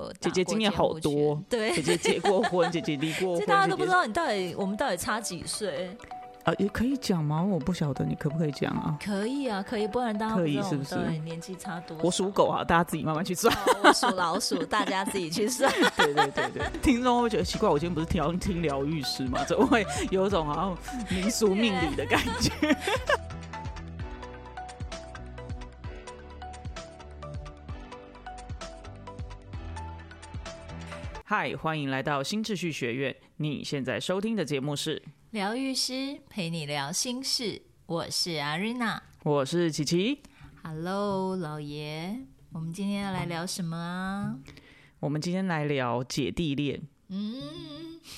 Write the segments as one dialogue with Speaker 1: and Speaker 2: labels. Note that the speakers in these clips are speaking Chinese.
Speaker 1: 呃
Speaker 2: 姐姐经验好多，
Speaker 1: 对，
Speaker 2: 姐姐结过婚，姐姐离过婚，
Speaker 1: 这大家都不知
Speaker 2: 姐
Speaker 1: 道你到底我们到底差几岁。
Speaker 2: 姐啊，也可以讲吗？我不晓得你可不可以讲啊？
Speaker 1: 可以啊，可以，不然大家不
Speaker 2: 可以
Speaker 1: 知道我们
Speaker 2: 是不是
Speaker 1: 到底年纪差多少。
Speaker 2: 我 属狗啊，大家自己慢慢 去算。
Speaker 1: 哦，我属老鼠，大家自己去 算。
Speaker 2: 对对对对，听众会觉得奇怪，我今天不是调听疗愈师吗？怎么会有一种好像民俗命理的感觉？ 嗨，欢迎来到新秩序学院。你现在收听的节目是，
Speaker 1: 疗愈师陪你聊心事，我是阿瑞娜。
Speaker 2: 我是琪琪。
Speaker 1: Hello，老爷，我们今天要来聊什么啊？
Speaker 2: 我们今天来聊姐弟恋。
Speaker 1: 嗯，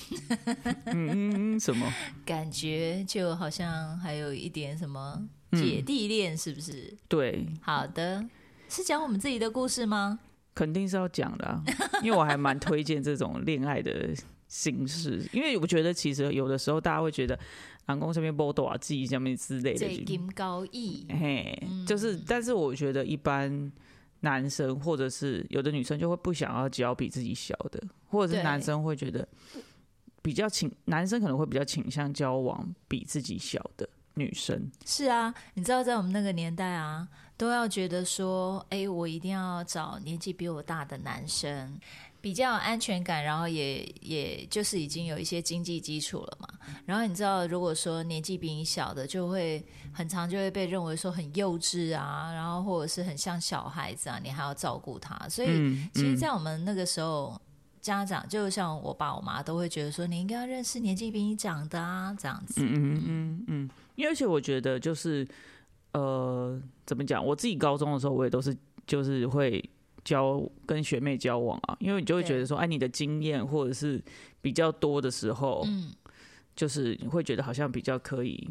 Speaker 2: 嗯嗯嗯，什么？
Speaker 1: 感觉就好像还有一点什么
Speaker 2: 嗯
Speaker 1: 姐弟恋，是不是？
Speaker 2: 对，
Speaker 1: 好的，是讲我们自己的故事吗？
Speaker 2: 肯定是要讲的、 啊，因为我还蛮推荐这种恋爱的形式，因为我觉得其实有的时候大家会觉得，南宫这边波多啊、记下面之类的
Speaker 1: 最，金高 义，
Speaker 2: 嘿，就是，但是我觉得一般男生或者是有的女生就会不想要交比自己小的，或者是
Speaker 1: 对
Speaker 2: 男生会觉得比较倾，男生可能会比较倾向交往比自己小的女生，
Speaker 1: 是啊，你知道在我们那个年代啊，都要觉得说，哎、我一定要找年纪比我大的男生，比较有安全感，然后也也就是已经有一些经济基础了嘛。然后你知道，如果说年纪比你小的，就会很常就会被认为说很幼稚啊，然后或者是很像小孩子啊，你还要照顾他。所以
Speaker 2: 嗯，
Speaker 1: 其实，
Speaker 2: 嗯
Speaker 1: 在我们那个时候。家长就像我爸我妈都会觉得说，你应该要认识年纪比你长的啊，这样子。
Speaker 2: 嗯嗯嗯嗯，因为而且我觉得就是呃，怎么讲？我自己高中的时候，我也都是就是会交跟学妹交往啊，因为你就会觉
Speaker 1: 对
Speaker 2: 得说，哎、你的经验或者是比较多的时候，
Speaker 1: 嗯
Speaker 2: 就是你会觉得好像比较可以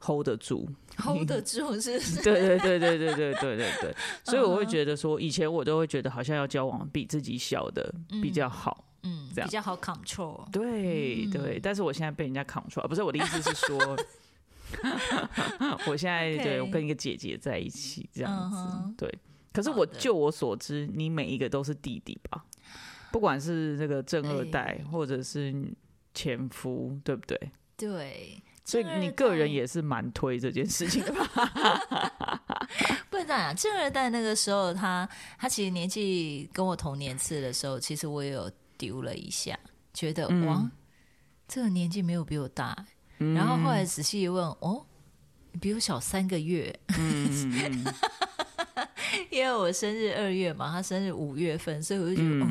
Speaker 2: hold 得住。
Speaker 1: ，hold 得住是不是？
Speaker 2: 对对对对对对对对对，所以我会觉得说，以前我都会觉得好像要交往比自己小的 比较好。
Speaker 1: 嗯，
Speaker 2: 这样
Speaker 1: 比较好 control。
Speaker 2: 对对，
Speaker 1: 嗯
Speaker 2: 但是我现在被人家扛出来，不是我的意思是 说，我现在对我
Speaker 1: OK
Speaker 2: 跟一个姐姐在一起这样子
Speaker 1: 嗯哼
Speaker 2: 对。可是
Speaker 1: 好
Speaker 2: 我
Speaker 1: 的
Speaker 2: 就我所知，你每一个都是弟弟吧？不管是这个正二代
Speaker 1: 哎
Speaker 2: 或者是前夫，对不对？
Speaker 1: 对，
Speaker 2: 所以
Speaker 1: 正二
Speaker 2: 你个人
Speaker 1: 代
Speaker 2: 也是蛮推这件事情 的吧？
Speaker 1: 不然这样讲，正二代那个时候他，他其实年纪跟我同年次的时候，其实我也有丢了一下，觉得、
Speaker 2: 嗯
Speaker 1: 哇，这个年纪没有比我大、然后后来仔细一问，哦，你比我小三个月，
Speaker 2: 嗯，嗯嗯
Speaker 1: 因为我生日二月嘛，他生日五月份，所以我就觉得，嗯、哦，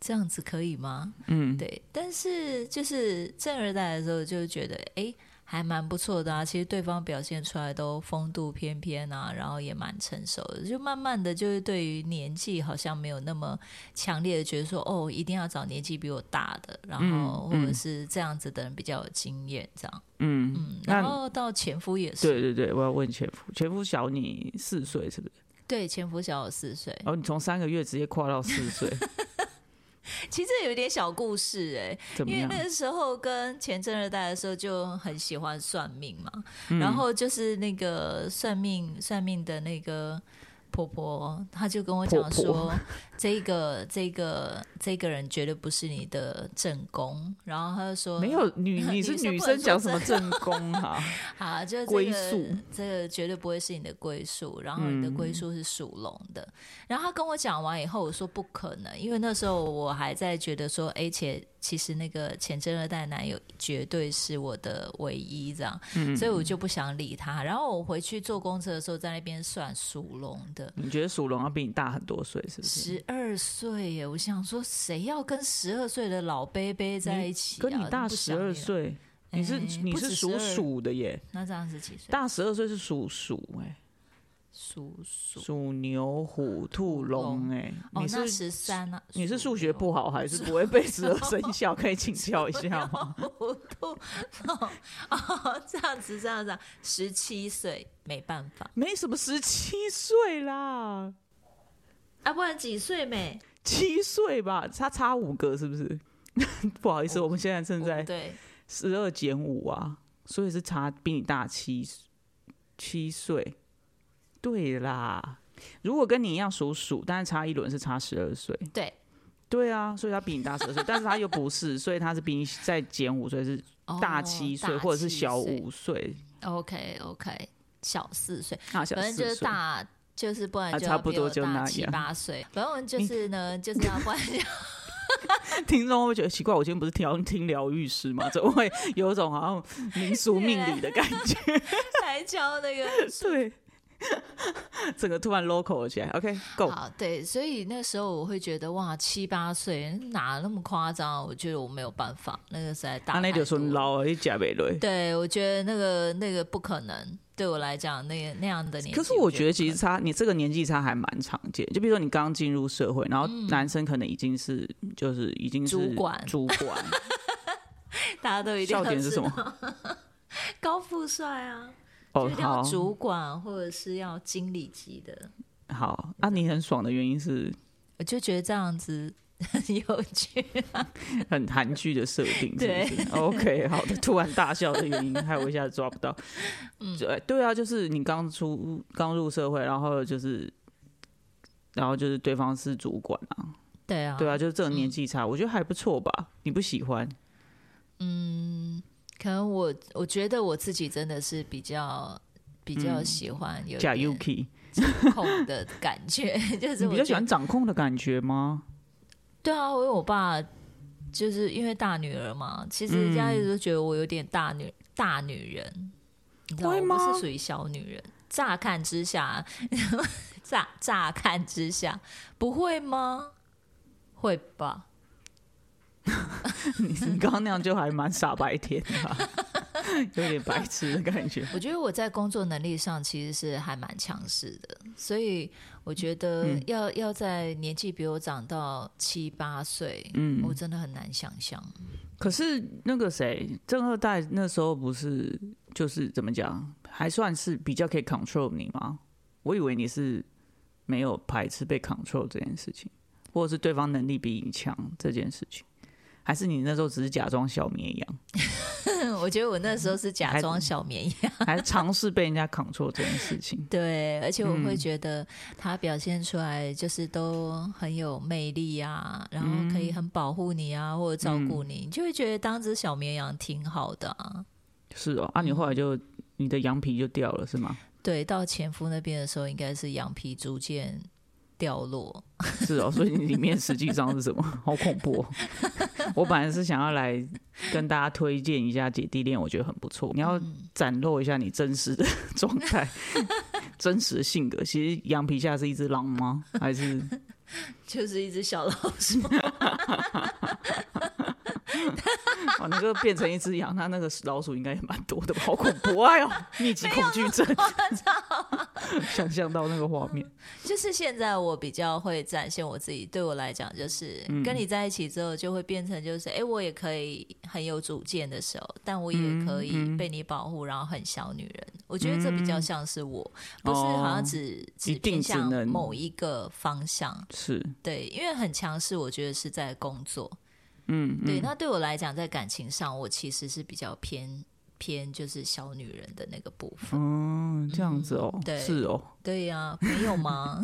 Speaker 1: 这样子可以吗？
Speaker 2: 嗯，
Speaker 1: 对，但是就是正二代的时候，就觉得哎、诶还蛮不错的啊。其实对方表现出来都风度翩翩啊，然后也蛮成熟的。就慢慢的，就是对于年纪好像没有那么强烈的觉得说，哦，一定要找年纪比我大的，然后或
Speaker 2: 嗯嗯
Speaker 1: 者是这样子的人比较有经验，这样。
Speaker 2: 嗯嗯，
Speaker 1: 嗯，
Speaker 2: 那
Speaker 1: 然后到前夫也是，哎
Speaker 2: 对对对，我要问前夫，前夫小你四岁是不是？
Speaker 1: 对前夫小我四岁。
Speaker 2: 然后你从三个月直接跨到四岁，
Speaker 1: 其实这有一点小故事哎、
Speaker 2: 怎 么
Speaker 1: 因为
Speaker 2: 样？
Speaker 1: 那个时候跟前正二代的时候就很喜欢算命嘛，
Speaker 2: 嗯
Speaker 1: 然后就是那个算命算命的那个婆婆，她就跟我讲说，
Speaker 2: 婆婆
Speaker 1: 这个这个这个人绝对不是你的正宫，然后她就说
Speaker 2: 没有女，你
Speaker 1: 女
Speaker 2: 是
Speaker 1: 生
Speaker 2: 女
Speaker 1: 不
Speaker 2: 生
Speaker 1: 能
Speaker 2: 讲什
Speaker 1: 说
Speaker 2: 么正宫哈、
Speaker 1: 啊，就这
Speaker 2: 归
Speaker 1: 个
Speaker 2: 宿
Speaker 1: 这个绝对不会是你的归宿，然后你的归宿是属龙的。
Speaker 2: 嗯
Speaker 1: 然后他跟我讲完以后，我说不可能，因为那时候我还在觉得说，哎，且其实那个前正二代男友绝对是我的唯一这样，
Speaker 2: 嗯
Speaker 1: 所以我就不想理他。然后我回去坐公车的时候，在那边算属龙的。
Speaker 2: 你觉得属龙要比你大很多岁，是不是？
Speaker 1: 十二岁耶！我想说，谁要跟十二岁的老贝贝在一起、啊？
Speaker 2: 跟你
Speaker 1: 真
Speaker 2: 大
Speaker 1: 不
Speaker 2: 十
Speaker 1: 想
Speaker 2: 二
Speaker 1: 理了，
Speaker 2: 岁，你是、
Speaker 1: 哎
Speaker 2: 你
Speaker 1: 不
Speaker 2: 是
Speaker 1: 止
Speaker 2: 属
Speaker 1: 12
Speaker 2: 鼠的耶，
Speaker 1: 那这样是几岁？
Speaker 2: 大十二岁是属鼠哎，
Speaker 1: 属鼠
Speaker 2: 属牛、虎、兔、龙哎，
Speaker 1: 哦，
Speaker 2: 你
Speaker 1: 那
Speaker 2: 是
Speaker 1: 十三呢？
Speaker 2: 你是数学
Speaker 1: 牛
Speaker 2: 不好还是不会背十二生 肖？可以请教一下吗？
Speaker 1: 糊涂哦哦，这样子这样子，十七岁没办法
Speaker 2: 没什么，十七岁啦，
Speaker 1: 啊，不然几岁没？
Speaker 2: 七岁吧，差差五个是不是？ 不好意
Speaker 1: 哦
Speaker 2: 思，我们现在正在
Speaker 1: 对，
Speaker 2: 十二减五啊，所以是差比你大七七岁。对啦，如果跟你一样属鼠，但是差一轮是差十二岁。
Speaker 1: 对
Speaker 2: 对啊，所以他比你大十二岁，但是他又不是，所以他是比你再减五岁，是
Speaker 1: 哦
Speaker 2: 大七岁、或者是小。五岁
Speaker 1: OK OK，小四岁，
Speaker 2: 啊，小
Speaker 1: 反正就
Speaker 2: 四
Speaker 1: 是
Speaker 2: 岁。
Speaker 1: 大，就是不然
Speaker 2: 啊
Speaker 1: 就
Speaker 2: 差
Speaker 1: 要
Speaker 2: 不
Speaker 1: 比
Speaker 2: 多
Speaker 1: 我
Speaker 2: 就那
Speaker 1: 大
Speaker 2: 样
Speaker 1: 七八岁。反正我们就是呢，就是要不然就
Speaker 2: 听众会不会觉得奇怪？我今天不是听听疗愈师吗？怎么会有一种好像民俗命理的感觉？
Speaker 1: 来教那个
Speaker 2: 对， 整个突然 local 了起来。OK，Go，、
Speaker 1: 好，对，所以那时候我会觉得哇，七八岁哪那么夸张？啊我觉得我没有办法，那个实在大
Speaker 2: 阿内
Speaker 1: 太
Speaker 2: 就说
Speaker 1: 多了
Speaker 2: 老了，你假没累。
Speaker 1: 对，我觉得那个那个不可能，对我来讲，那个那样的年纪，
Speaker 2: 可是我觉
Speaker 1: 不可
Speaker 2: 得其实差，你这个年纪差还蛮常见。就比如说你刚进入社会，然后男生可能已经是就是已经是
Speaker 1: 嗯主管
Speaker 2: 主 管。
Speaker 1: 能大家都一定
Speaker 2: 笑
Speaker 1: 要
Speaker 2: 点是
Speaker 1: 知
Speaker 2: 什么
Speaker 1: 道？ 高富帅啊，
Speaker 2: 哦
Speaker 1: 就一，定要
Speaker 2: 好
Speaker 1: 主管或者是要经理级的，
Speaker 2: 好啊，你很爽的原因是
Speaker 1: 我就觉得这样子 很有趣。
Speaker 2: 很韩剧的设定，是
Speaker 1: 对
Speaker 2: 不是？OK，好的，突然大笑的原因，害我一下子抓不 到。
Speaker 1: 嗯
Speaker 2: 对对啊，就是你刚出刚入社会，然后就是。然后就是对方是主管啊，
Speaker 1: 对啊，
Speaker 2: 对啊，就是这种年纪差，我觉得还不错吧。你不喜欢？
Speaker 1: 可能我我觉得我自己真的是比较比较
Speaker 2: 嗯
Speaker 1: 喜欢有一
Speaker 2: 假
Speaker 1: 点
Speaker 2: Yuki，
Speaker 1: 控的感觉， 就是
Speaker 2: 你
Speaker 1: 我
Speaker 2: 比较
Speaker 1: 觉
Speaker 2: 喜欢掌控的感觉吗？
Speaker 1: 对啊，我有我爸就是因为大女儿嘛，其实人家
Speaker 2: 嗯
Speaker 1: 一直都觉得我有点大女、大女人，你知道
Speaker 2: 会
Speaker 1: 我
Speaker 2: 吗
Speaker 1: 不是属于小女人。乍看之下， 乍乍看之下，不会吗？会吧？
Speaker 2: 你你刚刚那样就还蛮傻白甜的啊、有点白痴的感 觉。
Speaker 1: 我觉得我在工作能力上其实是还蛮强势的，所以我觉得
Speaker 2: 嗯
Speaker 1: 要、要在年纪比我长到七八岁，
Speaker 2: 嗯
Speaker 1: 我真的很难想象。
Speaker 2: 可是那个谁，正二代那时候不是就是怎么讲，还算是比较可以 control 你吗？我以为你是没有排斥被 control 这件事情，或者是对方能力比你强这件事情，还是你那时候只是假装小绵羊，
Speaker 1: 我觉得我那时候是假
Speaker 2: 还
Speaker 1: 装小绵羊。
Speaker 2: 还尝试被人家 control 这件事情？
Speaker 1: 对，而且我会觉得他表现出来就是都很有魅力啊，然后可以很保护你啊，或者照顾你，你就会觉得当只小绵羊挺好的啊。
Speaker 2: 是哦，啊，你后来就你的羊皮就掉了是吗？
Speaker 1: 对，到前夫那边的时候，应该是羊皮逐渐掉落。
Speaker 2: 是哦，所以你里面实际上是什么？ 好恐怖、哦！我本来是想要来跟大家推荐一下姐弟恋，我觉得很不错。你要
Speaker 1: 嗯
Speaker 2: 展露一下你真实的 状态、真实的性格。其实羊皮下是一只狼吗？还是
Speaker 1: 就是一只小老鼠，
Speaker 2: 哦，你就变成一只羊？那那个老鼠应该也蛮多的吧？好恐怖！哎呦，密集恐惧症， 想象到那个画面。
Speaker 1: 就是现在我比较会展现我自己。对我来讲，就是
Speaker 2: 嗯
Speaker 1: 跟你在一起之后，就会变成就是，哎、我也可以很有主见的时候，但我
Speaker 2: 嗯
Speaker 1: 也可以被你保护，然后很小女人。我觉得这比较像是我，不是好像只、只
Speaker 2: 嗯哦一定
Speaker 1: 偏
Speaker 2: 只
Speaker 1: 向
Speaker 2: 能
Speaker 1: 某一个方向。
Speaker 2: 是，
Speaker 1: 对，因为很强势，我觉得是在工作。
Speaker 2: 嗯，嗯
Speaker 1: 对，那对我来讲，在感情上，我其实是比较偏偏就是小女人的那个部分。
Speaker 2: 嗯，这样子哦，
Speaker 1: 对
Speaker 2: 是哦，
Speaker 1: 对呀、没有吗？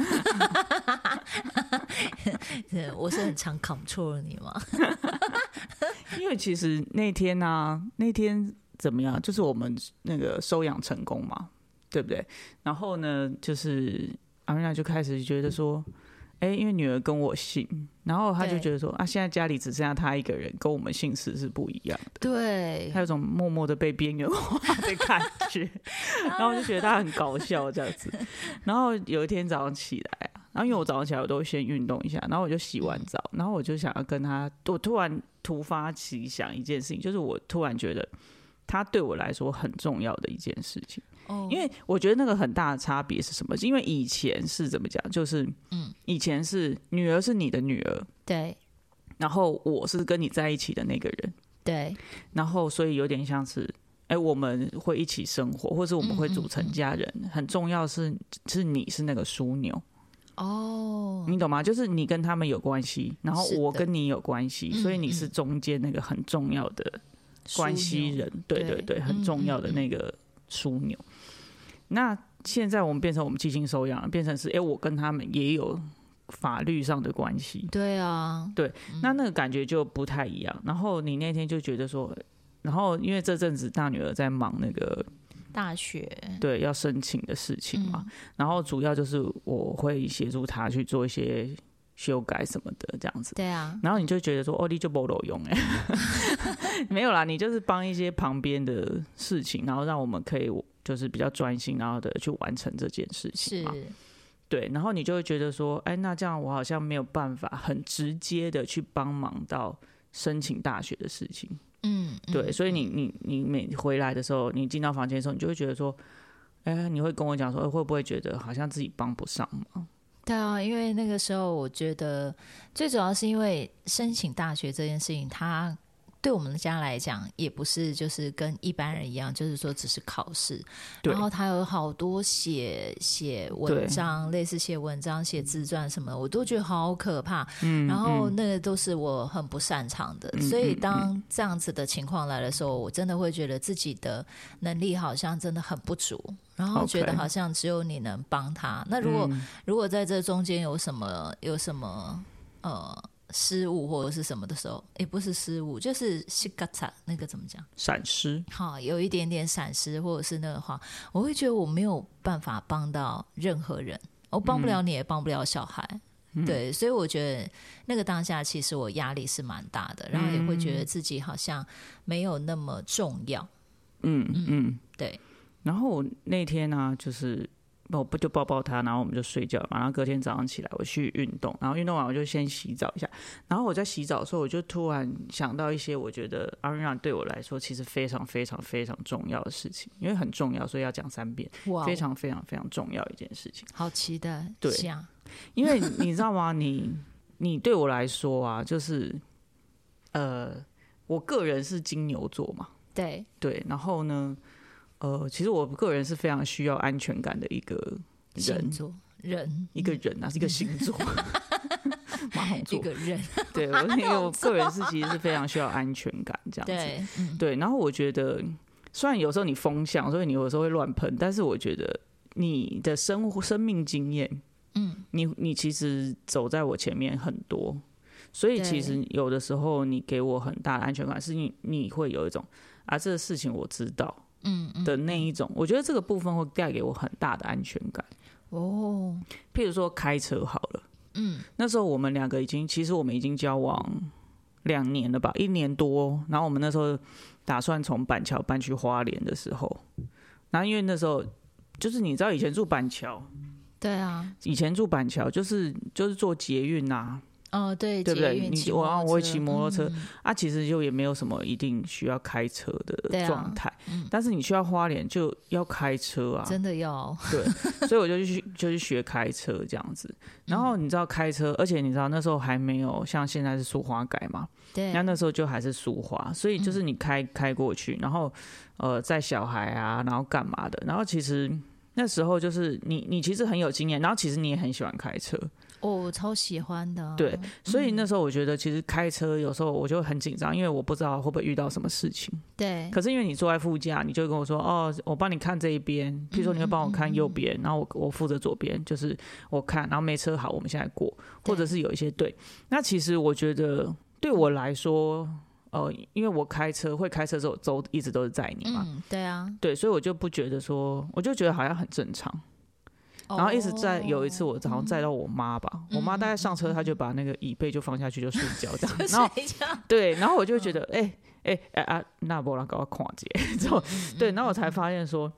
Speaker 1: 对我是很常 control 你嘛。
Speaker 2: 因为其实那天呢、那天怎么样？就是我们那个收养成功嘛，对不对？然后呢，就是阿瑞娜就开始觉得说，哎、因为女儿跟我姓，然后她就
Speaker 1: 对
Speaker 2: 觉得说，啊，现在家里只剩下她一个人，跟我们姓氏是不一样的，
Speaker 1: 对
Speaker 2: 她，有种默默的被边缘化的感觉。然后我就觉得她很搞笑这样子。然后有一天早上起来啊，然后因为我早上起来我都会先运动一下，然后我就洗完澡，然后我就想要跟他，我突然突发奇想一件事情，就是我突然觉得他对我来说很重要的一件事情，
Speaker 1: 哦
Speaker 2: 因为我觉得那个很大的差别是什么？因为以前是怎么讲，就是嗯，以前是女儿是你的女儿，
Speaker 1: 对
Speaker 2: 然后我是跟你在一起的那个人。
Speaker 1: 对
Speaker 2: 然后所以有点像是，哎、我们会一起生活，或是我们会
Speaker 1: 嗯
Speaker 2: 组成家人。很重要是是你是那个枢纽，
Speaker 1: 哦，
Speaker 2: 你懂吗？就是你跟他们有关系，然后
Speaker 1: 是的嗯
Speaker 2: 我跟你有关系，所以你是中间那个很重要的关系
Speaker 1: 枢纽
Speaker 2: 人，对对
Speaker 1: 对嗯
Speaker 2: 对，很重要的那个枢纽。那现在我们变成我们寄心收养了，变成是哎、诶我跟他们也有法律上的关系，
Speaker 1: 对啊，
Speaker 2: 那那个感觉就不太一样。然后你那天就觉得说，然后因为这阵子大女儿在忙那个
Speaker 1: 大学
Speaker 2: 对要申请的事情嘛，
Speaker 1: 嗯
Speaker 2: 然后主要就是我会协助她去做一些修改什么的这样子。
Speaker 1: 对啊，
Speaker 2: 然后你就觉得说，哦，你就不裸用哎， 没有啦，你就是帮一些旁边的事情，然后让我们可以就是比较专心，然后的去完成这件事情
Speaker 1: 是
Speaker 2: 嘛。对，然后你就会觉得说，哎，那这样我好像没有办法很直接的去帮忙到申请大学的事情。
Speaker 1: 嗯，
Speaker 2: 对，
Speaker 1: 嗯
Speaker 2: 所以你你你每回来的时候，你进到房间的时候，你就会觉得说，哎，你会跟我讲说，哎会不会觉得好像自己帮不上忙？
Speaker 1: 对啊，因为那个时候我觉得最主要是因为申请大学这件事情，它对我们家来讲也不是就是跟一般人一样，就是说只是考试，
Speaker 2: 对
Speaker 1: 然后他有好多写写文章，类似写文章、写自传什么的，我都觉得好可怕。嗯，然后那个都是我很不擅长的，所以当这样子的情况来的时候，我真的会觉得自己的能力好像真的很不足，然后觉得
Speaker 2: OK 嗯
Speaker 1: 好像只有你能帮他。那如果、如果在这中间有什么有什么呃。失误或者是什么的时候，也不是失误，就是西嘎嚓那个怎么讲？
Speaker 2: 闪失，
Speaker 1: 好，有一点点闪失或者是那个话，我会觉得我没有办法帮到任何人，我帮不
Speaker 2: 嗯
Speaker 1: 了你，也帮不了小孩。对，所以我觉得那个当下，其实我压力是蛮大的，然后也会觉得自己好像没有那么重要。
Speaker 2: 嗯嗯
Speaker 1: 对，
Speaker 2: 然后我那天呢、就是我不就抱抱他，然后我们就睡觉嘛。然后隔天早上起来，我去运动，然后运动完我就先洗澡一下。然后我在洗澡的时候，我就突然想到一些我觉得阿瑞让对我来说其实非常非常非常重要的事情，因为很重要，所以要讲三遍，
Speaker 1: 哇哦，
Speaker 2: 非常非常非常重要一件事情。
Speaker 1: 好期待，
Speaker 2: 对
Speaker 1: 样
Speaker 2: 因为你知道吗？你你对我来说啊，就是呃，我个人是金牛座嘛，
Speaker 1: 对，
Speaker 2: 对，然后呢，呃，其实我个人是非常需要安全感的一个人
Speaker 1: 星，座人
Speaker 2: 一个人啊，是一个星座， 马桶
Speaker 1: 一
Speaker 2: 座。
Speaker 1: 个人，
Speaker 2: 对我那个我个人是其实是非常需要安全感这样子。
Speaker 1: 对，嗯
Speaker 2: 对，然后我觉得，虽然有时候你风向，所以你有时候会乱喷，但是我觉得你的生活生命经验，
Speaker 1: 嗯，
Speaker 2: 你你其实走在我前面很多，所以其实有的时候你给我很大的安全感，是你你会有一种啊，这个事情我知道，
Speaker 1: 嗯嗯，
Speaker 2: 的那一种，我觉得这个部分会带给我很大的安全感。
Speaker 1: 哦，
Speaker 2: 譬如说开车好了，嗯，那时候我们两个已经，其实我们已经交往两年了吧，一年多。然后我们那时候打算从板桥搬去花莲的时候，然后因为那时候就是你知道以前住板桥，
Speaker 1: 对啊，
Speaker 2: 以前住板桥就是就是坐捷运呐、啊，
Speaker 1: 哦对，
Speaker 2: 对不对
Speaker 1: 捷运
Speaker 2: 你
Speaker 1: 骑
Speaker 2: 我
Speaker 1: 摩托
Speaker 2: 我会
Speaker 1: 车
Speaker 2: 骑摩托车
Speaker 1: 嗯
Speaker 2: 啊，其实就也没有什么一定需要开车
Speaker 1: 对
Speaker 2: 的
Speaker 1: 啊
Speaker 2: 状态，但是你去到花莲就要开车啊，
Speaker 1: 真的要，
Speaker 2: 对，所以我就去就去学开车这样子。然后你知道开车，而且你知道那时候还没有像现在是苏花改嘛，
Speaker 1: 对，
Speaker 2: 那那时候就还是苏花，所以就是你开开过去，然后呃载小孩啊，然后干嘛的，然后其实。那时候就是你，你其实很有经验，然后其实你也很喜欢开车，
Speaker 1: 哦，我超喜欢的啊、
Speaker 2: 对，所以那时候我觉得其实开车有时候我就很紧张，因为我不知道会不会遇到什么事情。
Speaker 1: 对，
Speaker 2: 可是因为你坐在副驾，你就会跟我说：“哦，我帮你看这一边。”譬如说，你会帮我看
Speaker 1: 嗯
Speaker 2: 右边，然后我我负责左边，就是我看，然后没车好，我们现在过，
Speaker 1: 对
Speaker 2: 或者是有一些对。那其实我觉得对我来说，呃，因为我开车会开车之后，周一直都是载你嘛，
Speaker 1: 嗯，对啊，
Speaker 2: 对，所以我就不觉得说，我就觉得好像很正常。然后一
Speaker 1: 哦
Speaker 2: 直在有一次，我好像载
Speaker 1: 嗯
Speaker 2: 到我妈吧，我妈大概上车，她就把那个椅背就放下去就睡觉 这样，然后
Speaker 1: 睡觉，
Speaker 2: 对，然后我就会觉得，
Speaker 1: 嗯
Speaker 2: 哎哎哎啊，那波拉搞我跨界， 这种
Speaker 1: 嗯
Speaker 2: 对，然后我才发现说，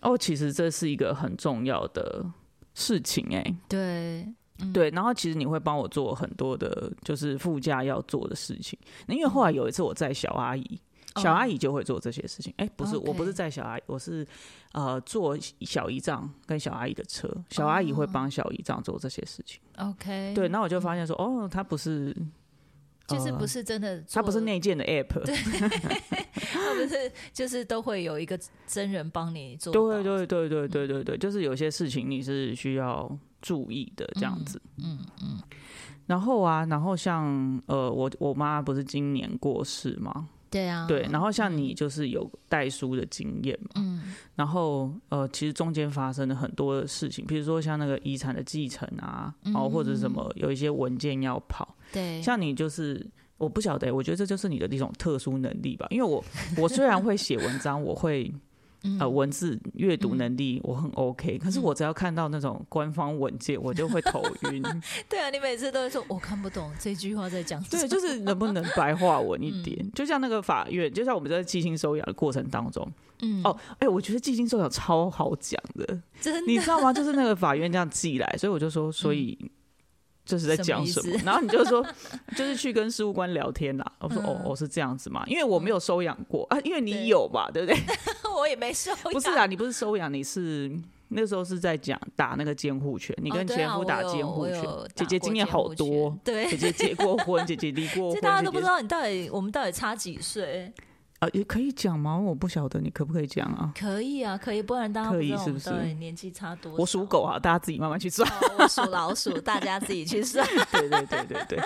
Speaker 2: 哦，其实这是一个很重要的事情、哎，
Speaker 1: 对，
Speaker 2: 对，然后其实你会帮我做很多的，就是副驾要做的事情，因为
Speaker 1: 嗯
Speaker 2: 后来有一次我载小阿姨。小阿姨就会做这些事情，哎、不是，我不
Speaker 1: 哦 OK
Speaker 2: 是载小阿姨，我是呃坐小姨丈跟小阿姨的车，小阿姨
Speaker 1: 哦
Speaker 2: 会帮小姨丈做这些事情。
Speaker 1: ，OK，
Speaker 2: 对，，然后我就发现说，哦，她不是，
Speaker 1: 嗯就是
Speaker 2: 呃
Speaker 1: 不是真的，
Speaker 2: 她不是，内建的 app，
Speaker 1: 他不是就是都会有一个真人帮你做，
Speaker 2: 对，对对对对对对，就是有些事情你是需要注意的这样子。嗯嗯。然后啊，然后像呃，我我妈不是今年过世吗？
Speaker 1: 对啊，
Speaker 2: 对，然后像你就是有代书的经验嘛，
Speaker 1: 嗯，
Speaker 2: 然后呃，其实中间发生了很多的事情，比如说像那个遗产的继承啊，哦，或者什么有一些文件要跑，
Speaker 1: 对，
Speaker 2: 像你就是。我不晓得、我觉得这就是你的一种特殊能力吧。因为我我虽然会写文章，我会
Speaker 1: 嗯
Speaker 2: 呃文字阅读能力我很 OK，可是我只要看到那种官方文件，我就会头晕。
Speaker 1: 对啊，你每次都会说我看不懂这句话在讲什么，
Speaker 2: 对，就是能不能白话文一点？就像那个法院，就像我们在记清收养的过程当中，
Speaker 1: 嗯
Speaker 2: 哦，哎、我觉得记清收养超好讲的，
Speaker 1: 真
Speaker 2: 你
Speaker 1: 的
Speaker 2: 知道吗？就是那个法院这样寄来，所以我就说，所以。这是在讲什
Speaker 1: 嗯什
Speaker 2: 么
Speaker 1: 么意？思嗯
Speaker 2: 然后你就说， 就是去跟事务官聊天啦。我说哦，哦是这样子嘛，因为我没有收养过啊，因为你
Speaker 1: 对啊
Speaker 2: 有吧，对不对？
Speaker 1: 我也没收养，
Speaker 2: 不是啊，你不是收养，你是那时候是在讲打那个监护权，你
Speaker 1: 哦
Speaker 2: 跟
Speaker 1: 对
Speaker 2: 前
Speaker 1: 啊
Speaker 2: 夫
Speaker 1: 我
Speaker 2: 打
Speaker 1: 有
Speaker 2: 监
Speaker 1: 我
Speaker 2: 护权。
Speaker 1: 有
Speaker 2: 姐
Speaker 1: 打
Speaker 2: 姐
Speaker 1: 过
Speaker 2: 经验
Speaker 1: 监
Speaker 2: 好
Speaker 1: 护
Speaker 2: 多
Speaker 1: 权对，
Speaker 2: 姐姐结过 婚，姐姐离过婚，
Speaker 1: 这大家都不知
Speaker 2: 姐姐
Speaker 1: 道你到底我们到底差几岁？
Speaker 2: 啊，也可以讲吗？我不晓得，你可不可以讲啊？
Speaker 1: 可以啊，可以，不然大家
Speaker 2: 可
Speaker 1: 不知
Speaker 2: 以
Speaker 1: 道
Speaker 2: 是
Speaker 1: 我们
Speaker 2: 不
Speaker 1: 到底
Speaker 2: 是
Speaker 1: 年纪差多少。
Speaker 2: 我属狗啊，大家自己慢慢 去算。
Speaker 1: 哦，我属老鼠，大家自己去 算。
Speaker 2: 对对对对对。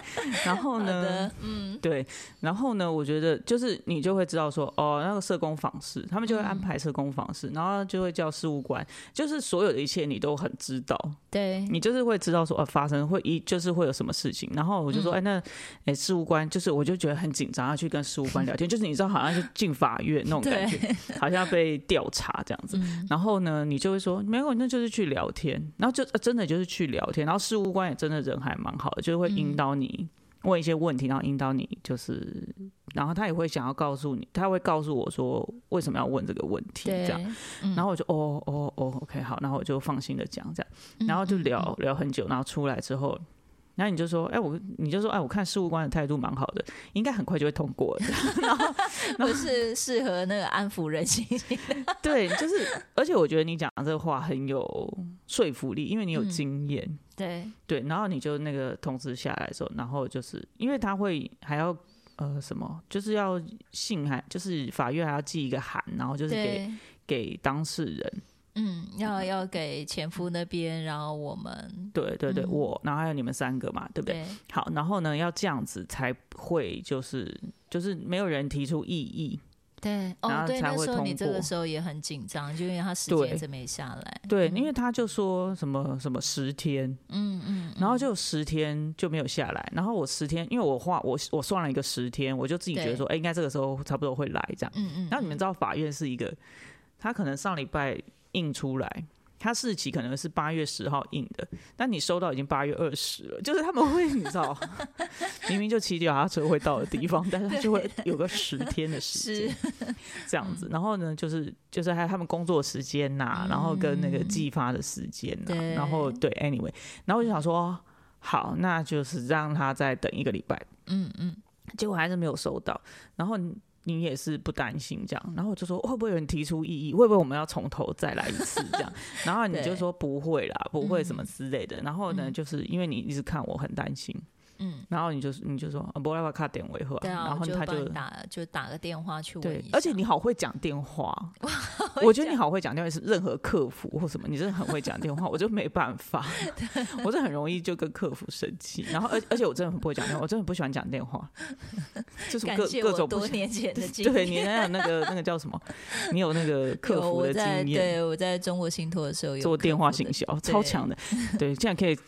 Speaker 2: 然后
Speaker 1: 好
Speaker 2: 呢
Speaker 1: 的，，嗯，
Speaker 2: 对，然后呢，我觉得就是你就会知道说，哦，那个社工访视，他们就会安排社工访视，然后就会叫事务官，就是所有的一切你都很知道，
Speaker 1: 对，
Speaker 2: 你就是会知道说，呃，发生会一就是会有什么事情。然后我就说，哎、那哎事务官，就是我就觉得很紧张，要去跟事务官聊天，就是你知道好像就进法院那种感觉，好像被调查这样子。然后呢，你就会说没有，那就是去聊天，然后就、呃真的就是去聊天，然后事务官也真的人还蛮好的，就是会引导你问一些问题，然后引导你就是，然后他也会想要告诉你，他会告诉我说为什么要问这个问题这
Speaker 1: 对
Speaker 2: 样。，然后我就哦哦哦，OK 好，然后我就放心的讲这样，然后
Speaker 1: 嗯
Speaker 2: 就聊聊很久，然后出来之后，然后你就说，哎、我你就说，哎、我看事务官的态度蛮好的，应该很快就会通过的。
Speaker 1: 不是适合那个安抚人心。
Speaker 2: 对，就是，而且我觉得你讲的这个话很有说服力，因为你
Speaker 1: 嗯
Speaker 2: 有经验。
Speaker 1: 对，
Speaker 2: 对，然后你就那个通知下来的时候，然后就是因为他会还要呃什么，就是要信函，就是法院还要寄一个函，然后就是给
Speaker 1: 对，
Speaker 2: 给当事人，
Speaker 1: 嗯，要要给前夫那边，然后我们，
Speaker 2: 对对对，
Speaker 1: 嗯
Speaker 2: 我，然后还有你们三个嘛，对不对？
Speaker 1: 对，
Speaker 2: 好，然后呢，要这样子才会就是就是没有人提出异议，
Speaker 1: 对，
Speaker 2: 然
Speaker 1: 哦，
Speaker 2: 后
Speaker 1: 对，
Speaker 2: 才
Speaker 1: 那
Speaker 2: 会
Speaker 1: 时候你
Speaker 2: 通
Speaker 1: 这个
Speaker 2: 过
Speaker 1: 时候也很紧张，就因为他时
Speaker 2: 对
Speaker 1: 间一直没下来。
Speaker 2: 对，因为他就说什么什么十天，
Speaker 1: 嗯嗯，
Speaker 2: 然后就十天就没有下来，然后我十天，因为我画我我算了一个十天，我就自己觉得
Speaker 1: 对
Speaker 2: 说，哎、应该这个时候差不多会来这样。
Speaker 1: 嗯嗯，
Speaker 2: 然后你们知道法院是一个，他可能上礼拜印出来。他日期可能是八月十号印的，但你收到已经八月二十了，就是他们会 你知道，明明就骑脚踏车会到的地方，但是他就会有个十天的时间，这样
Speaker 1: 嗯
Speaker 2: 子。然后呢，就是就是还有他们工作时间呐、然后跟那个寄发的时间呐、
Speaker 1: 嗯对
Speaker 2: 然后对，anyway，然后我就想说，哦好，那就是让他再等一个礼拜，
Speaker 1: 嗯嗯，
Speaker 2: 结果还是没有收到。然后你你也是不担心这样，然后我就说哦会不会有人提出异议？会不会我们要从头再来一次这 样？然后你就说不会啦，不会什么之类的。然后呢，就是因为你一直看我很担心，
Speaker 1: 嗯，
Speaker 2: 然后你就你就说啊，不要把卡点维和，
Speaker 1: 对啊，
Speaker 2: 然后
Speaker 1: 我就
Speaker 2: 他
Speaker 1: 帮
Speaker 2: 就
Speaker 1: 你打就打个电话去问
Speaker 2: 对
Speaker 1: 一，下，
Speaker 2: 而且你好会讲 电话，
Speaker 1: 会
Speaker 2: 我觉得你好会讲电话，是任何客服或什么，你真的很会讲 电话，我就没办法，我真的很容易就跟客服生气。然后而而且我真的很不会讲电话，我真的不喜欢讲 电话，就是
Speaker 1: 感
Speaker 2: 各
Speaker 1: 谢
Speaker 2: 各
Speaker 1: 我
Speaker 2: 种不
Speaker 1: 多
Speaker 2: 喜
Speaker 1: 年 前的经验。
Speaker 2: 对你那有那个那个叫什么？你有那个 客
Speaker 1: 有
Speaker 2: 服
Speaker 1: 我
Speaker 2: 的
Speaker 1: 在
Speaker 2: 经验，
Speaker 1: 对我在中国信托的时候有
Speaker 2: 做
Speaker 1: 客
Speaker 2: 电话
Speaker 1: 服的
Speaker 2: 行销
Speaker 1: 对
Speaker 2: 超强的，对，竟然可以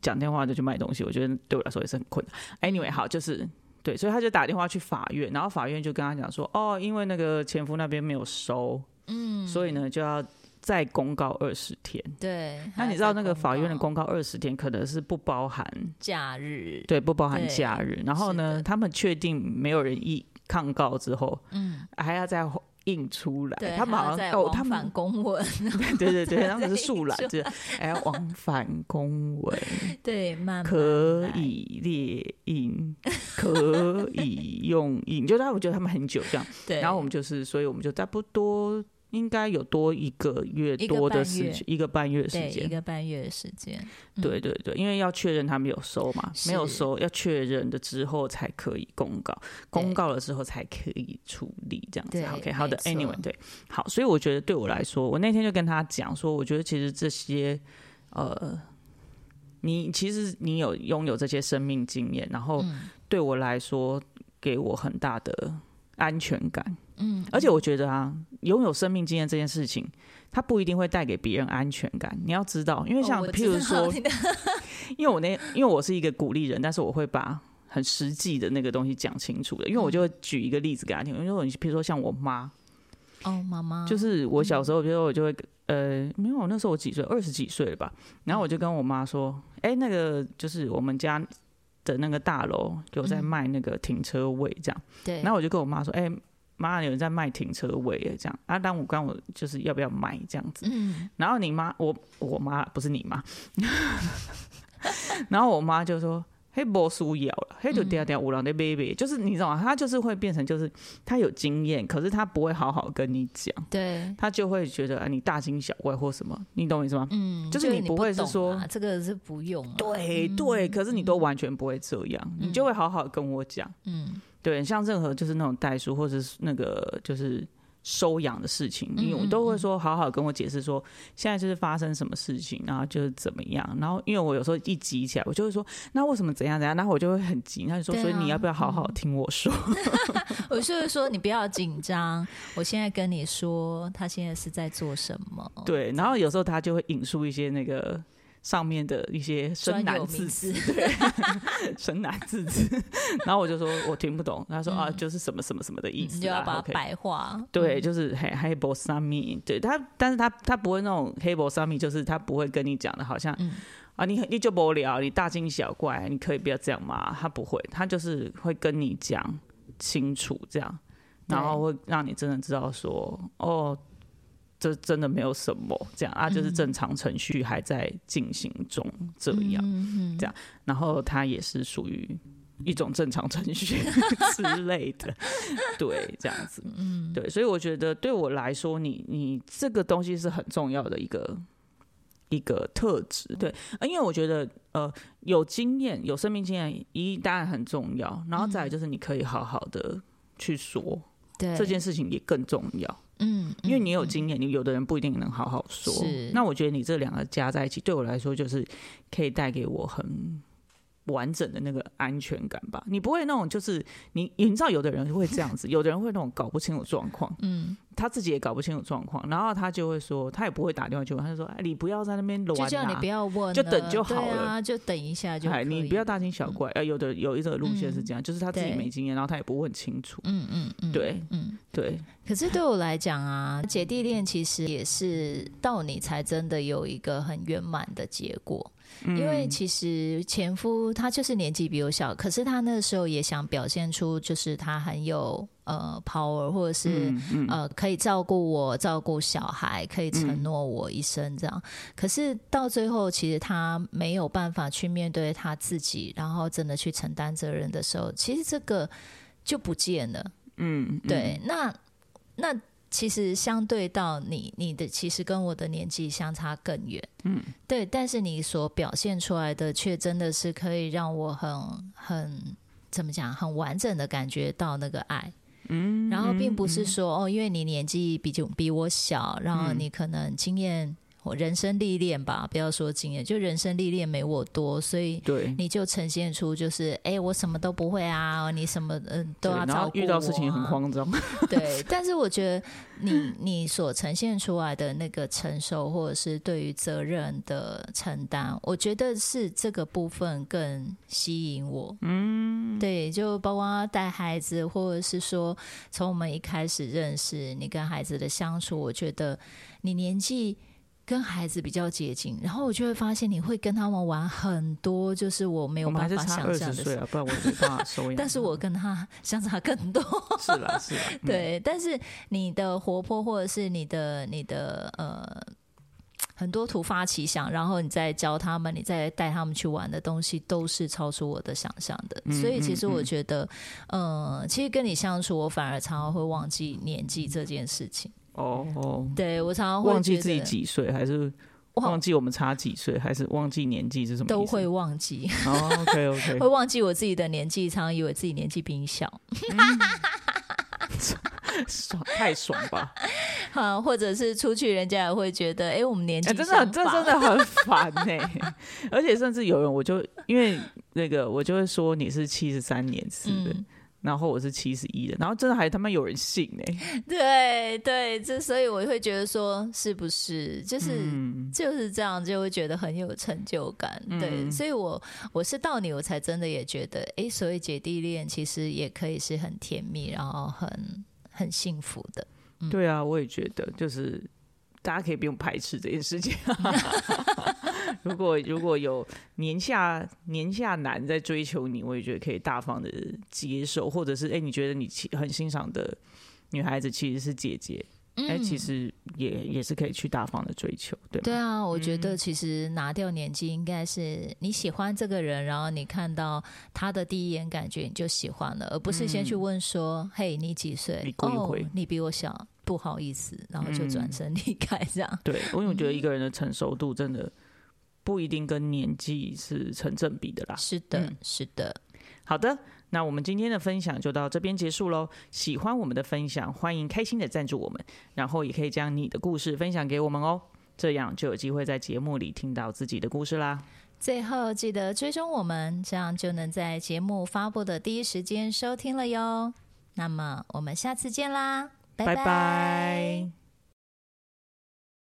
Speaker 2: 讲电话就去卖东西，我觉得对我来说也是很困难。Anyway，好，就是对，所以他就打电话去法院，然后法院就跟他讲说，哦，因为那个前夫那边没有收，嗯，所以呢就要再公告二十天。
Speaker 1: 对，还
Speaker 2: 那你知道
Speaker 1: 在
Speaker 2: 那个法院的
Speaker 1: 告
Speaker 2: 公告二十天可能是不包含
Speaker 1: 假日，
Speaker 2: 对，不包含
Speaker 1: 对
Speaker 2: 假日。然后
Speaker 1: 是
Speaker 2: 呢，
Speaker 1: 的
Speaker 2: 他们确定没有人意抗告之后，
Speaker 1: 嗯，
Speaker 2: 还要再印出来。
Speaker 1: 对，
Speaker 2: 他们
Speaker 1: 还要
Speaker 2: 好像
Speaker 1: 再
Speaker 2: 哦，
Speaker 1: 往
Speaker 2: 他
Speaker 1: 返
Speaker 2: 们
Speaker 1: 公文，
Speaker 2: 对对对，
Speaker 1: 再
Speaker 2: 他们是
Speaker 1: 印
Speaker 2: 素来，
Speaker 1: 出
Speaker 2: 就是还要往返公文，
Speaker 1: 对，慢慢
Speaker 2: 可
Speaker 1: 来，
Speaker 2: 以列印，可以用印，就是他们觉得他们很久这样。
Speaker 1: 对，
Speaker 2: 然后我们就是，所以我们就差不多。应该有多一个月
Speaker 1: 一个
Speaker 2: 多的
Speaker 1: 半
Speaker 2: 时
Speaker 1: 月
Speaker 2: 间，一个半月的时
Speaker 1: 对一
Speaker 2: 间，
Speaker 1: 个半月的时间，嗯
Speaker 2: 对对对，因为要确认他们有收嘛，没有
Speaker 1: 是
Speaker 2: 收要确认的之后才可以公告，公
Speaker 1: 对
Speaker 2: 告了之后才可以处理这样子
Speaker 1: 对。
Speaker 2: OK，好的
Speaker 1: 没错
Speaker 2: ，Anyway，对，好，所以我觉得对我来说，我那天就跟他讲说，我觉得其实这些呃，你其实你有
Speaker 1: 嗯
Speaker 2: 拥有这些生命经验，然后对我来说给我很大的安全感。
Speaker 1: 嗯，
Speaker 2: 而且我觉得啊，拥有生命经验这件事情，它不一定会带给别人安全感。你要知道，因为像
Speaker 1: 哦我
Speaker 2: 譬
Speaker 1: 知
Speaker 2: 如
Speaker 1: 道
Speaker 2: 说，
Speaker 1: 你的
Speaker 2: 因为我那因为我是一个鼓励人，但是我会把很实际的那个东西讲清楚的。因为我就会举一个例子给他听，因为你譬如说像我妈，
Speaker 1: 哦，妈妈
Speaker 2: 就是我小时候，比如说我就会呃，没有，那时候我几岁，二十几岁了吧。然后我就跟我妈说，哎、那个就是我们家的那个大楼有在卖那个停车位这样。
Speaker 1: 对，
Speaker 2: 然后我就跟我妈说，哎、妈，有人在卖停车位耶这样啊？但我刚我就是要不要买这样子？
Speaker 1: 嗯，
Speaker 2: 然后你妈，我我妈不是你妈， 然后我妈就说。黑波输咬了，黑就
Speaker 1: 嗯
Speaker 2: 掉掉五郎的 baby，就是你知道吗？她就是会变成，就是她有经验，可是她不会好好跟你讲。
Speaker 1: 对，
Speaker 2: 他就会觉得啊，你大惊小怪或什么，你懂我意思吗？
Speaker 1: 嗯，
Speaker 2: 就是
Speaker 1: 是
Speaker 2: 你不
Speaker 1: 不
Speaker 2: 会是
Speaker 1: 懂
Speaker 2: 说
Speaker 1: 啊这个是不用啊，
Speaker 2: 对对，可是你都完全不会这样，你就会好好跟我讲。
Speaker 1: 嗯
Speaker 2: 对，像任何就是那种代书或者是那个就是收养的事情，
Speaker 1: 嗯
Speaker 2: 你我都会说好好跟我解释说现在就是发生什么事情，然后就是怎么样。然后因为我有时候一急起来，我就会说那为什么怎样怎样，然后我就会很急，他就说
Speaker 1: 对啊
Speaker 2: 所以你要不要好好听我 说？
Speaker 1: 我就是说你不要紧张，我现在跟你说他现在是在做什么，
Speaker 2: 对，然后有时候他就会引述一些那个上面的一些
Speaker 1: 专
Speaker 2: 深难
Speaker 1: 有
Speaker 2: 字
Speaker 1: 名
Speaker 2: 词
Speaker 1: 词，
Speaker 2: 神难自知， 然后我就说我听不懂，他说啊
Speaker 1: 嗯
Speaker 2: 就是什么什么什么的意
Speaker 1: 你
Speaker 2: 思
Speaker 1: 就
Speaker 2: 啊
Speaker 1: 要把它
Speaker 2: OK
Speaker 1: 白化，
Speaker 2: 对，就是黑黑波萨米，对他，但是他他不会那种黑波萨米，就是他不会跟你讲的，好像、
Speaker 1: 嗯
Speaker 2: 啊你你就无聊，你大惊小怪，你可以不要这样嘛，他不会，他就是会跟你讲清楚这样，然后会让你真的知道说哦。这真的没有什么，这样啊，
Speaker 1: 嗯
Speaker 2: 就是正常程序还在进行中，这样。
Speaker 1: 嗯嗯
Speaker 2: 这样然后它也是属于一种正常程序 之类的，对，这样子，嗯，对，所以我觉得对我来说，你你这个东西是很重要的一个一个特质，对，呃因为我觉得呃有经验、有生命经验一当然很重要，然后再来就是你可以好好的去说、
Speaker 1: 嗯对
Speaker 2: 这件事情也更重要，
Speaker 1: 嗯，
Speaker 2: 因为
Speaker 1: 嗯
Speaker 2: 你有经验，你有的人不一定能好好说
Speaker 1: 是。
Speaker 2: 那我觉得你这两个加在一起，对我来说就是可以带给我很完整的那个安全感吧。你不会那种就是你，你知道有的人会这样子，有的人会那种搞不清楚状况，
Speaker 1: 嗯，
Speaker 2: 他自己也搞不清楚状况，然后他就会说，他也不会打电话去问，他就说：“哎，你不要在那边乱
Speaker 1: 就叫你
Speaker 2: 啊
Speaker 1: 不。要问了，
Speaker 2: 就等就
Speaker 1: 对
Speaker 2: 好了
Speaker 1: 啊，就等一下就可
Speaker 2: 哎，
Speaker 1: 以，
Speaker 2: 你不要大惊小怪。呃，有的有一种路线是
Speaker 1: 嗯
Speaker 2: 这样，就是他自己
Speaker 1: 对
Speaker 2: 没经验，然后他也不问清楚。
Speaker 1: 嗯嗯嗯，
Speaker 2: 对
Speaker 1: 嗯。
Speaker 2: 对，
Speaker 1: 可是对我来讲啊，姐弟恋其实也是到你才真的有一个很圆满的结果，
Speaker 2: 嗯
Speaker 1: 因为其实前夫他就是年纪比我小，可是他那时候也想表现出就是他很有呃 power，或者是、
Speaker 2: 嗯嗯
Speaker 1: 呃，可以照顾我，照顾小孩，可以承诺我一生这样。可是到最后，其实他没有办法去面对他自己，然后真的去承担责任的时候，其实这个就不见了。
Speaker 2: 嗯，
Speaker 1: 对，那那其实相对到你，你的其实跟我的年纪相差更远，嗯，对，但是你所表现出来的却真的是可以让我很很怎么讲，很完整的感觉到那个爱。嗯，然后并不是说、哦，因为你年纪比就比我小，然
Speaker 2: 嗯
Speaker 1: 后你可能经验、我人生历练吧，不要说经验，就人生历练没我多，所以
Speaker 2: 对。
Speaker 1: 你就呈现出就是，哎、我什么都不会啊，你什么嗯、都
Speaker 2: 对
Speaker 1: 要
Speaker 2: 然
Speaker 1: 照
Speaker 2: 后
Speaker 1: 顾、啊
Speaker 2: 遇到事情很。慌张，
Speaker 1: 对，但是我觉得你你所呈现出来的那个成熟，或者是对于责任的承担，我觉得是这个部分更吸引我。嗯，对，就包括带孩子，或者是说从我们一开始认识你跟孩子的相处，我觉得你年纪。跟孩子比较接近，然后我就会发现你会跟他们玩很多，就是我没有
Speaker 2: 我们还
Speaker 1: 办法
Speaker 2: 是差
Speaker 1: 想
Speaker 2: 二
Speaker 1: 象
Speaker 2: 十
Speaker 1: 的
Speaker 2: 岁嗯
Speaker 1: 事。
Speaker 2: 啊，不然我没办法收 养。
Speaker 1: 但是我跟他相差更多，
Speaker 2: 是啦 是啦，嗯，
Speaker 1: 对，但是你的活泼或者是你的你的呃很多突发奇想，然后你再教他们，你再带他们去玩的东西，都是超出我的想象的。
Speaker 2: 嗯
Speaker 1: 所以其实我觉得，嗯、其实跟你相处，我反而常常会忘记年纪这件事情。
Speaker 2: 哦哦，
Speaker 1: 对我常常会
Speaker 2: 忘记
Speaker 1: 觉
Speaker 2: 自己
Speaker 1: 得
Speaker 2: 几岁，还是
Speaker 1: 忘
Speaker 2: 忘记我们差几岁，还是忘记年纪是什么意思？
Speaker 1: 都会忘记，
Speaker 2: 哦，OK OK，
Speaker 1: 会忘记我自己的年纪，常常以为自己年纪比你小。
Speaker 2: 爽太爽吧！
Speaker 1: 啊，或者是出去，人家也会觉得，哎、我们年纪、
Speaker 2: 哎、真的，这真，的很烦欸呢、而且甚至有人，我就因为那个，我就会说你是七十三年次的，
Speaker 1: 嗯
Speaker 2: 然后我是七十一的，然后真的还他妈有人信哎、
Speaker 1: 对对，这所以我会觉得说，是不是就是、
Speaker 2: 嗯，
Speaker 1: 就是这样，就会觉得很有成就感。对，
Speaker 2: 嗯
Speaker 1: 所以我我是到你，我才真的也觉得，诶，所谓姐弟恋其实也可以是很甜蜜，然后很很幸福的。
Speaker 2: 对啊，我也觉得，就是大家可以不用排斥这件事情。如果如果有年下年下男在追求你，我也觉得可以大方的接受，或者是哎、你觉得你其很欣赏的女孩子其实是姐姐，哎、
Speaker 1: 嗯
Speaker 2: 其实也也是可以去大方的嗯追求，对吗？
Speaker 1: 对啊，我觉得其实拿掉年纪，应该是你喜欢这个人，然后你看到他的第一眼感觉你就喜欢了，而不是先去问说：“嘿，你几岁？”
Speaker 2: 嗯你故意
Speaker 1: 哦
Speaker 2: 会，
Speaker 1: 你比我小，不好意思，然后就
Speaker 2: 嗯
Speaker 1: 转身离开这 样。
Speaker 2: 对，因为我觉得一个人的成熟度真的不一定跟年纪是成正比的啦。
Speaker 1: 是的
Speaker 2: 嗯，
Speaker 1: 是的，
Speaker 2: 好的，那我们今天的分享就到这边结束喽。喜欢我们的分享，欢迎开心的赞助我们，然后也可以将你的故事分享给我们哦，这样就有机会在节目里听到自己的故事啦。
Speaker 1: 最后记得追踪我们，这样就能在节目发布的第一时间收听了哟。那么我们下次见啦，拜
Speaker 2: 拜拜